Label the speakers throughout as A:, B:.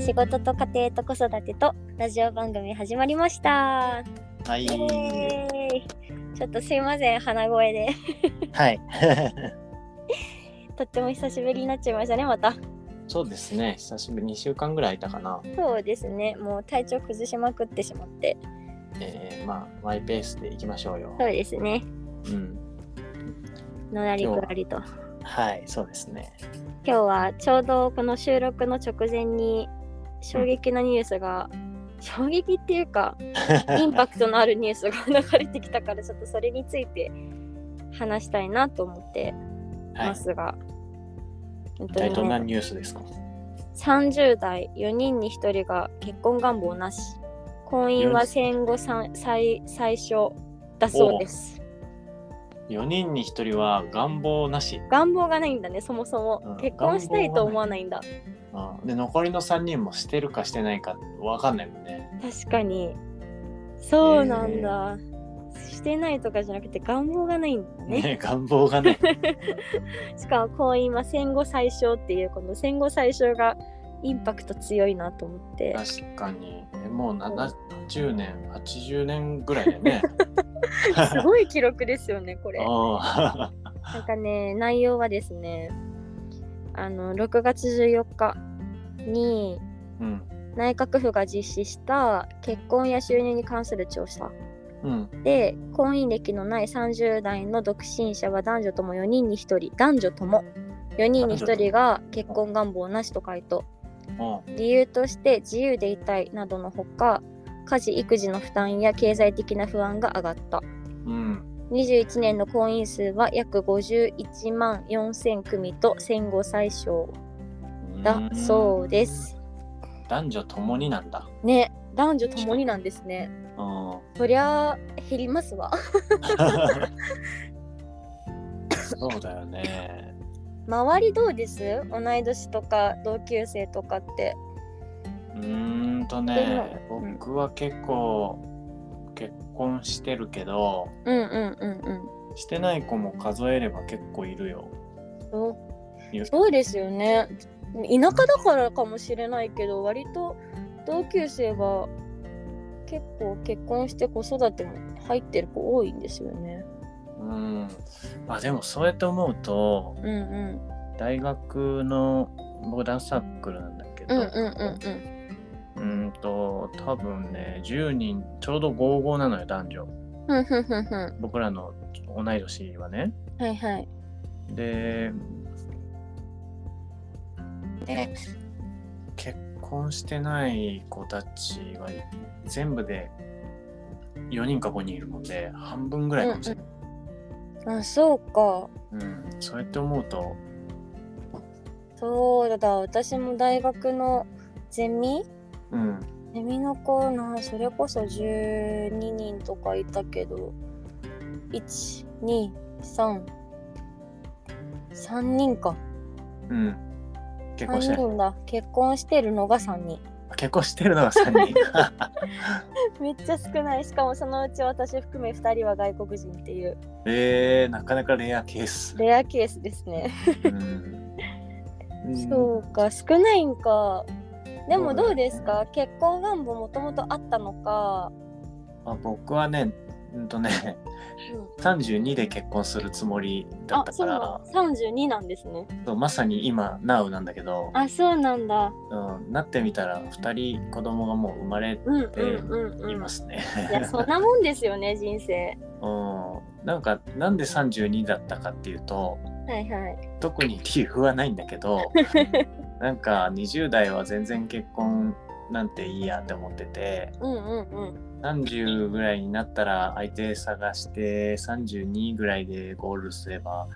A: 仕事と家庭と子育てとラジオ番組始まりました。
B: はい
A: イ。エーイちょっとすいません鼻声で
B: はい。
A: とっても久しぶりになっちゃいましたねまた。
B: そうですね。久しぶり、2週間ぐらい空いたかな。
A: そうですねもう体調崩しまくってしまって
B: えー、まあ、マイペースで行きましょうよ
A: そ。うですね
B: うん。
A: のらりくらりと。
B: はい、そうですね。
A: 今日はちょうどこの収録の直前に衝撃なニュースが、衝撃っていう かインパクトのあるニュースが流れてきたからちょっとそれについて話したいなと思って
B: は
A: ま
B: い。
A: すが、本当
B: 大ど
A: に
B: んな
A: ね
B: ニュースですか
A: 30代4人に1人が結婚願望なし婚姻は戦後さん最最初だそうです。
B: ?4 人に1人は願望なし。
A: 願望がないんだねそもそも、
B: うん
A: 結婚したいと思わないんだ
B: うん、で、残りの3人もしてるかしてないかわかんないもんね。
A: 確かにそうなんだ、してないとかじゃなくて願望がないんだね
B: ね、願望が ね。
A: しかも婚姻は戦後最小っていうこの戦後最小がインパクト強いなと思って
B: 確かに。えもう70年、80年ぐらいだよ ね。
A: すごい記録ですよねこれ
B: あ
A: なんかね内容はですねあの6月14日に
B: ーうん。
A: 内閣府が実施した結婚や収入に関する調査
B: うん。
A: で婚姻歴のない30代の独身者は男女とも4人に1人男女とも4人に1人が結婚願望なしと回答
B: うん。
A: 理由として自由でいたいなどのほか家事育児の負担や経済的な不安が上がった
B: うん。
A: 21年の婚姻数は約51万4000組と戦後最小だ
B: うん
A: そうです
B: 男女ともになんだ。
A: ね男女ともになんですね
B: うん。
A: そりゃあ減りますわ
B: そうだよね。
A: 周りどうです同い年とか同級生とかって
B: うーんとね
A: でもうん、
B: 僕は結構結婚してるけど、
A: うんうんうん
B: してない子も数えれば結構いるよ。
A: うん。
B: いる
A: そうですよね。田舎だからかもしれないけど、割と同級生は結構結婚して子育ても入ってる子多いんですよね。
B: うん。まあでもそうやって思うと、
A: うんうん。
B: 大学の僕ダンスサークルなんだけ
A: う
B: ど、
A: んうんうん
B: うーんと多分ね10人ちょうど55なのよ男女
A: うん。ふんふんふんふん。
B: 僕らの同い年はね、
A: はいはい。
B: でで結婚してない子たちは全部で4人か5人いるもんで半分ぐらいかもしれない、
A: あ、そうか。
B: うんそうやって思うと
A: そうだ、私も大学のゼミ
B: うん
A: ゼミの子な、それこそ12人とかいたけど、1、2、3、3人か。
B: うん結婚して
A: 3
B: ない
A: 人だ結婚してるのが3人
B: 結婚してるのが3人
A: めっちゃ少ないしかもそのうち私含め2人は外国人っていう
B: えー、なかなかレアケース、
A: レアケースですね、
B: うんうん
A: そうか少ないんかでも
B: そうだ
A: ど
B: ね
A: うですか、結婚願望もともとあったのか、
B: まあ、僕はねうんとね
A: う
B: 32で結婚するつもり
A: ん、
B: だ
A: あ
B: った
A: そ
B: か
A: うな
B: ら
A: の32なんですね
B: そうまさに今 NOW なんだけど
A: あそうなんだ
B: うん、なってみたら2人子供がもう生まれ
A: うんうん
B: て
A: うんうん
B: いますね。
A: い やそんなもんですよね人生
B: うん、なんかなんで32だったかっていうと
A: はいはい
B: 特に理由はないんだけ どなんか20代は全然結婚なんていいやって思ってて
A: うんうんうん
B: 30ぐらいになったら相手探して32ぐらいでゴールすれば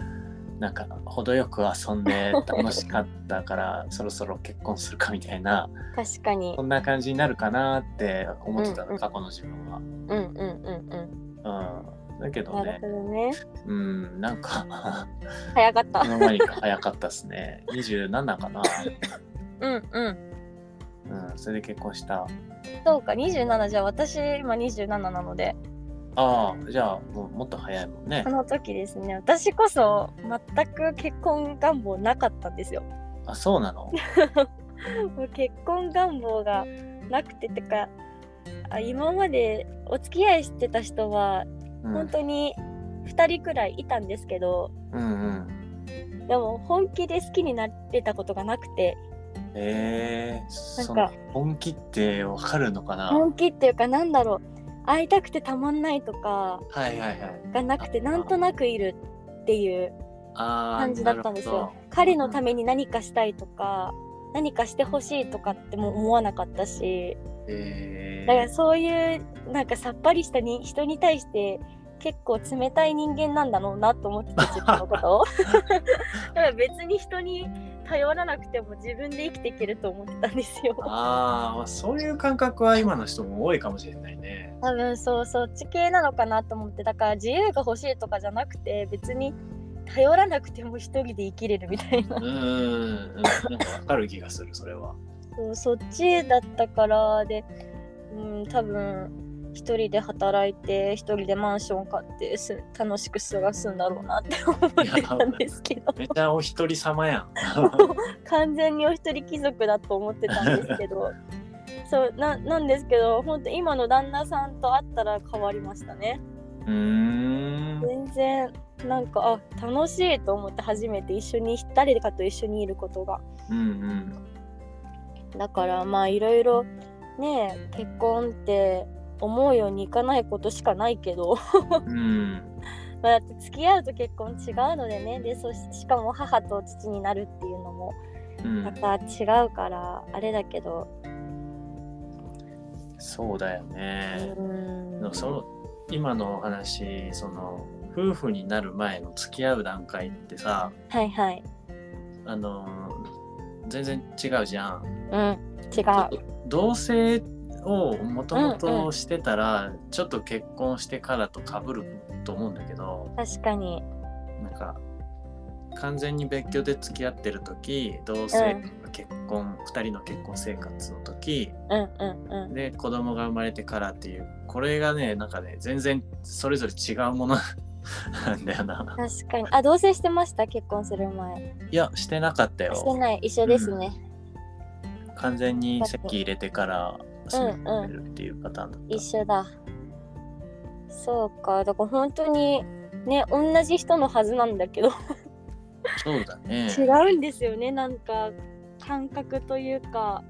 B: なんか程よく遊んで楽しかったからそろそろ結婚するかみたいな
A: 確かに
B: そんな感じになるかなって思ってた
A: うんう
B: の
A: ん
B: 過去の自分は。
A: うんうんうんう
B: うん、だけ
A: ん
B: ど
A: なる
B: ね
A: ほ、どね
B: うん、なんか
A: 早かっ
B: いつ
A: た
B: の間にか早かったですね。27かな、
A: うんうん
B: うん、それで結婚した。
A: そうか27じゃあ私今27なので
B: ああ、じゃあもうもっと早いもんね
A: そ。の時ですね私こそ全く結婚願望なかったんですよ
B: あ、そうなの
A: もう結婚願望がなくてとかあ今までお付き合いしてた人は
B: うん
A: 本当に2人くらいいたんですけど、
B: うんうん。
A: でも本気で好きになれたことがなくて
B: えー、そ
A: なん
B: の
A: か
B: 本気ってわかるのかな
A: 本気っていうかなんだろう会いたくてたまんないとか
B: はいはいはい。
A: がなくて
B: あ
A: なんとなくいるっていう
B: あー
A: 感じだったんです
B: なる
A: よ
B: ほど
A: 彼のために何かしたいとか何かしてほしいとかっても思わなかったし
B: え
A: だからそういうなんかさっぱりしたに人に対して結構冷たい人間なんだろうなと思ってた自分のこと をだから別に人に頼らなくても自分で生きていけると思ってたんですよ
B: あー、まあ、そういう感覚は今の人も多いかもしれないね。
A: 多分そうそっち系なのかなと思ってだから自由が欲しいとかじゃなくて別に頼らなくても一人で生きれるみたいな
B: うんうんうん、なんかわかる気がする、それ は。
A: そうそっちだったからで、うん、多分一人で働いて一人でマンション買ってす楽しく過ごすんだろうなって思ってたんですけど
B: めっちゃお一人様や ん。
A: 完全にお一人貴族だと思ってたんですけどそうななんですけど本当今の旦那さんと会ったら変わりましたね
B: うーん。
A: 全然なんかあ楽しいと思って初めて一緒に誰かと一緒にいることが
B: うんうん。
A: だからまあいろいろねえ結婚って思うようにいかないことしかないけど
B: うん。
A: まあだって付き合うと結婚違うのでねでそししかも母と父になるっていうのも
B: うん
A: また違うからあれだけど
B: そうだよ
A: う
B: ね。
A: ーん
B: その今のお話、その夫婦になる前の付き合う段階ってさ、
A: はいはい
B: あの全然違うじゃん。
A: うん違
B: ちょっと同性をもとも
A: うんうん
B: としてたら、ちょっと結婚してからと被ると思うんだけど
A: う確かに
B: なんか完全に別居で付き合ってる時同性結婚、2人の結婚生活の時
A: うんうんうん
B: で子供が生まれてからっていうこれがねなんかね全然それぞれ違うもの なんだよな。
A: 確かにあ同棲してました結婚する前
B: いやしてなかった
A: して
B: よ。
A: ない一緒ですね、
B: 完全に籍入れてから住
A: うんうん
B: めるっていうパターンだった。
A: 一緒だそうかだから本当にね同じ人のはずなんだけど
B: そうだね。
A: 違うんですよねなんか感覚というか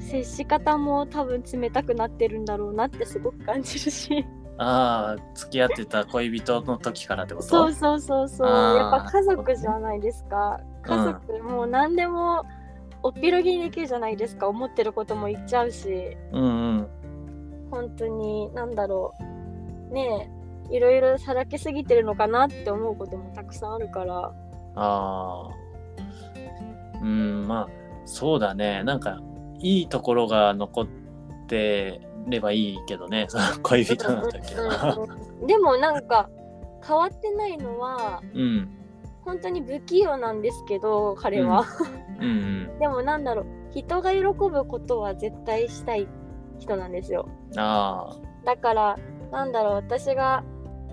A: 接し方も多分冷たくなってるんだろうなってすごく感じるし
B: ああ付き合ってた恋人の時からってこと
A: そうそうそうそうやっ
B: あー
A: ぱ家族じゃないですか
B: そう
A: 家
B: ね
A: 族もう何でもおっぴろぎにできるじゃないですか思ってることも言っちゃうし
B: うんうん
A: 本当に何だろうねえいろいろさらけすぎてるのかなって思うこともたくさんある から
B: ああうんまあそうだねなんかいいところが残ってればいいけどねそ の恋人の時は
A: うんうんでもなんか変わってないのは
B: うん
A: 本当に不器用なんですけど彼は、
B: うんう ん
A: でもなんだろう人が喜ぶことは絶対したい人なんですよ
B: ああ
A: だからなんだろう私が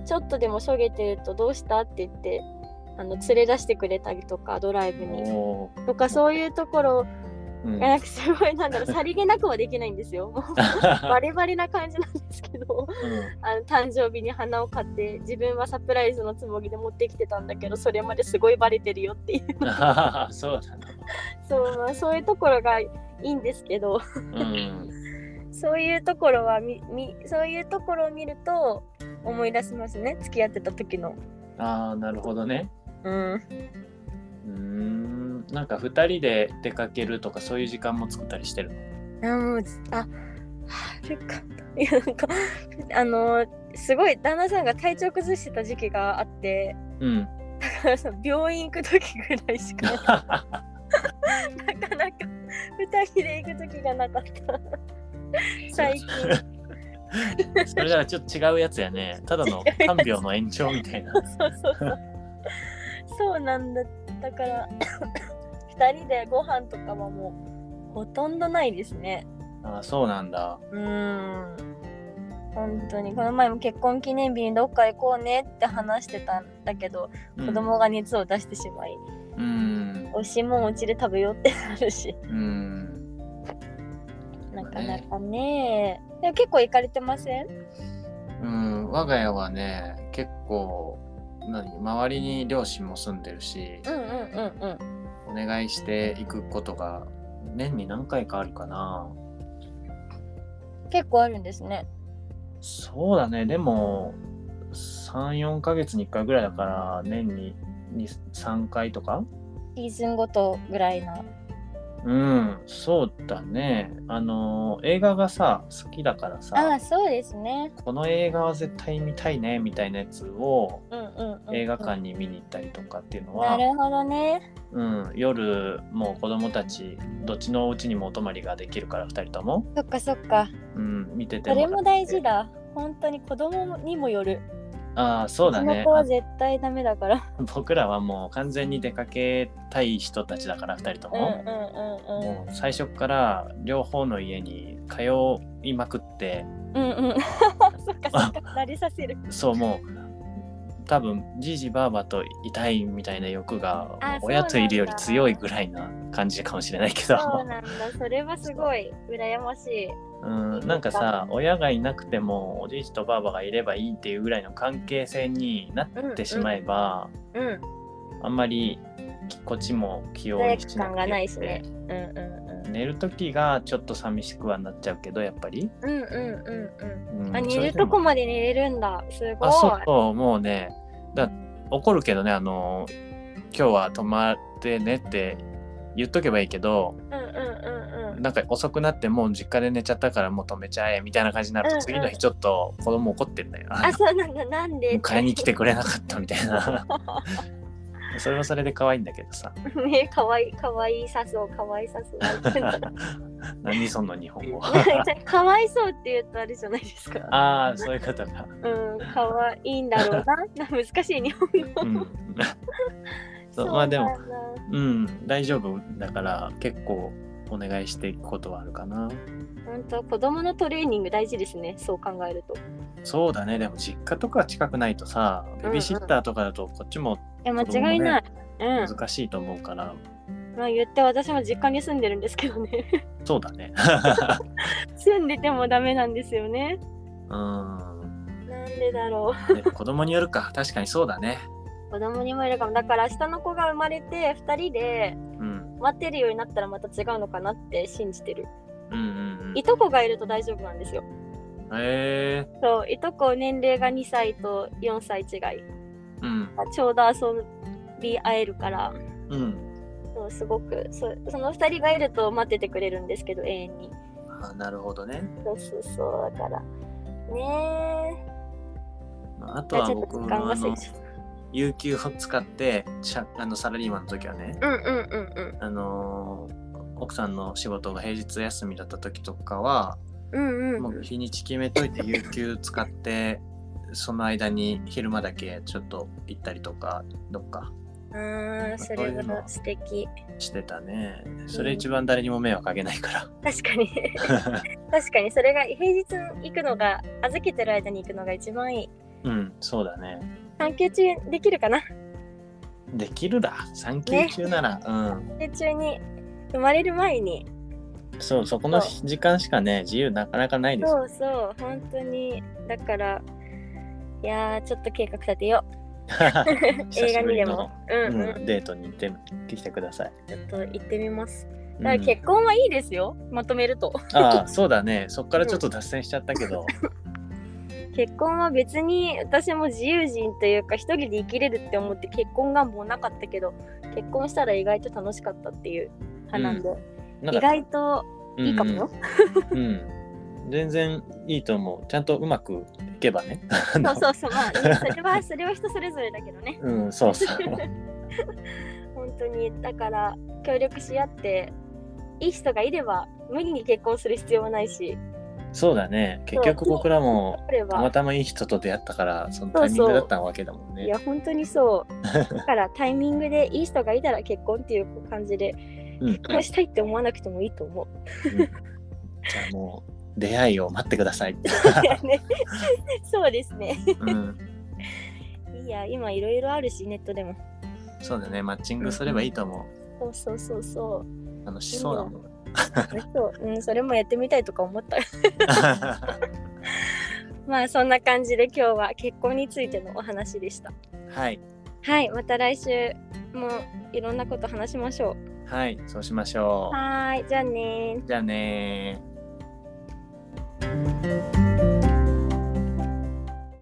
A: ちょっとでもしょげてると「どうした?」って言ってあの連れ出してくれたりとかドライブに
B: おー
A: とかそういうところ
B: うん
A: がなんかすごいなんだろうさりげなくはできないんですよもうバレバレな感じなんですけど
B: うん
A: あの誕生日に花を買って自分はサプライズのつもりで持ってきてたんだけどそれまですごいバレてるよっていう
B: あー そうだね
A: そうまあそういうところがいいんですけど
B: うん
A: そういうところはみみそういうところを見ると思い出しますね付き合ってた時の。
B: ああなるほどね
A: うん、
B: うーんなんか2人で出かけるとかそういう時間も作ったりしてるの
A: あもうあはあるかいやなんか あのすごい旦那さんが体調崩してた時期があって
B: うん
A: だからその病院行く時ぐらいしかなかなか2人で行く時がなかった最近
B: それだからちょっと違うやつやね。ただの看病の延長み たいな。
A: そうそうそうそうなんだだから 2人でご飯とかはもうほとんどないですね
B: あそうなんだ。
A: うーん本当にこの前も結婚記念日にどっか行こうねって話してたんだけど、
B: うん
A: 子供が熱を出してしまい
B: うん。
A: 美味しいもんお家で食べようってなるし
B: うん。
A: なかなかねでも結構行かれてません
B: うん、我が家はね、結構、何周りに両親も住んでるし、
A: うんうんうんうん
B: お願いしていくことが年に何回かあるかな。
A: 結構あるんですね
B: そうだね、でも、3、4ヶ月に1回ぐらいだから、年に2 3回とか
A: シーズンごとぐらいの
B: うん、そうだね。あの、映画がさ、好きだから
A: あ
B: さ
A: あ、そうですね
B: この映画は絶対見たいね、みたいなやつを
A: うんうんうんうん
B: 映画館に見に行ったりとかっていうの
A: な
B: は、
A: るほどね
B: うん、夜、もう子供たち、どっちのお家にもお泊まりができるから、2人とも、
A: そっかそっか
B: うん、見てて
A: それ
B: もら
A: も
B: って。
A: 大事だ本当に子供にもよる
B: ああ、そうだ
A: の
B: ね
A: 子。は絶対ダメだから
B: あ 僕らはもう完全に出かけたい人たちだから、2人と
A: うん
B: も。
A: うんうんうん
B: もう最初から両方の家に通いまくって
A: うんうん そっかそっか慣れさせる
B: そうもう多分じいじばあばといたいみたいな欲が
A: あ
B: もう親といるより
A: そう
B: 強いぐらいな感じかもしれないけど
A: そうなんだそれはすごい羨ましい
B: うんなんかさ親がいなくてもおじいじとばあばがいればいいっていうぐらいの関係性になってしまえば、
A: うん
B: あんまりこっちも器用にしな
A: 罪悪感が
B: く
A: な
B: て
A: い
B: よ
A: し
B: く
A: ね
B: て
A: うんう
B: 寝る時がちょっと寂しくはなっちゃうけどやっぱり。
A: んうんうんうんうん
B: うん
A: あ
B: そ
A: 寝
B: れ
A: る
B: でも
A: とこまで寝れるんだすごい
B: あそうそうもうねだ怒るけどねあの今日は泊まってねって言っとけばいいけど
A: うんうんうんうん
B: なんか遅くなってもう実家で寝ちゃったからもう止めちゃえみたいな感じにな
A: う
B: る
A: ん
B: と
A: うん
B: 次の日ちょっと子供怒ってんだよ。
A: あそうなんだなんで
B: 迎え に来てくれなかったみたい なそれはそれで可愛いんだけどさ
A: ねかわいいかわいいさそうかわいさそう なんて言うんだろう
B: 何その日本語
A: じゃあかわいそうって言うとあれじゃないですか
B: ああそういうことか、
A: うんかわいいんだろう なな難しい日本語
B: うん、そうまあで
A: そ
B: も
A: うなんだ
B: うん大丈夫だから結構お願いしていくことはあるかな。
A: 本当子供のトレーニング大事ですねそう考えるとい
B: そうだねでも実家とか近くないとさベビーシッターとかだとこっちも
A: や間違いない、う
B: 難しいと思うから、
A: んまあ言って私も実家に住んでるんですけどね
B: そうだね
A: 住んでてもダメなんですよね
B: うん
A: なんでだろう
B: ね子供による か確かにそうだね
A: 子供にもいるかもだから下の子が生まれて2人で
B: うん
A: 待ってるようになったらまた違うのかなって信じてる
B: うんうんうん
A: いとこがいると大丈夫なんですよ
B: へえ
A: そういとこ年齢が2歳と4歳違い
B: うん
A: ちょうど遊び合えるから
B: うん
A: そうすごくそその2人がいると待っててくれるんですけど永遠に
B: あなるほどね、
A: そうそうそうだからねえ
B: まあ、あと
A: じゃあ
B: は
A: ちょっ
B: 僕
A: と時間
B: の
A: が過
B: あ
A: ぎ
B: の
A: ちゃった
B: 有給を使ってしゃあのサラリーマンの時はね
A: うんうんうん
B: あのー奥さんの仕事が平日休みだった時とかは
A: うんうん
B: も
A: う
B: うん日にち決めといて有給使ってその間に昼間だけちょっと行ったりとかどっか
A: あーそれは素敵
B: してたねそれ一番誰にも迷惑かけないか
A: 確かに
B: ら
A: 確かにそれが平日行くのが預けてる間に行くのが一番いい
B: うんそうだね
A: 産休中できるかな
B: できるだ産休中なら、
A: 産休中に生まれる前に
B: うんそうそこの
A: そ
B: 時間しかね自由なかなかないですよ
A: そ うそう本当にだからいやーちょっと計画立てよう
B: 久
A: 映画
B: し
A: に
B: ぶり
A: でも
B: の、
A: うんうん
B: うん、デートに行ってきてください、
A: ちょっと行ってみます
B: うん
A: だから結婚はいいですよまとめると
B: ああそうだねそっからちょっと脱線しちゃった けど、
A: 結婚は別に私も自由人というか一人で生きれるって思って結婚願望なかったけど結婚したら意外と楽しかったっていう派なんで、
B: なん
A: 意
B: か
A: 外といいかもよ、
B: うんうん、うん全然いいと思うちゃんとうまくいけばねあ
A: そう
B: の
A: そうそう、まあ、ね、それは、 それは人それぞれだけどね。
B: うん、そうそう。
A: 本当に、だから、協力し合って。いい人がいれば、無理に結婚する必要はないし。
B: そうだね。結局僕らも
A: あれ
B: たま
A: ば。
B: たまいい人と出会ったから、そのタイミングだったわけだもん
A: い
B: ね
A: や。本当にそうだからタイミングでいい人がいたら結婚っていう感じで
B: うんうん
A: 結婚したいって思わなくてもいいと思う。
B: じゃあもう出会いを待ってく ださい。
A: いやね、そうですね。
B: うん、
A: いや今いろいろあるしネットでも。
B: そうだね。マッチングすればいいと思う。
A: そうそうそうそう
B: 楽しそうだもん。
A: そう、うん、それもやってみたいとか思った まあそんな感じで今日は結婚についてのお話でした
B: はい。
A: はいまた来週もいろんなこと話しましょ
B: はい。そうしましょ
A: うはーいじゃあねー
B: う。じゃあねー。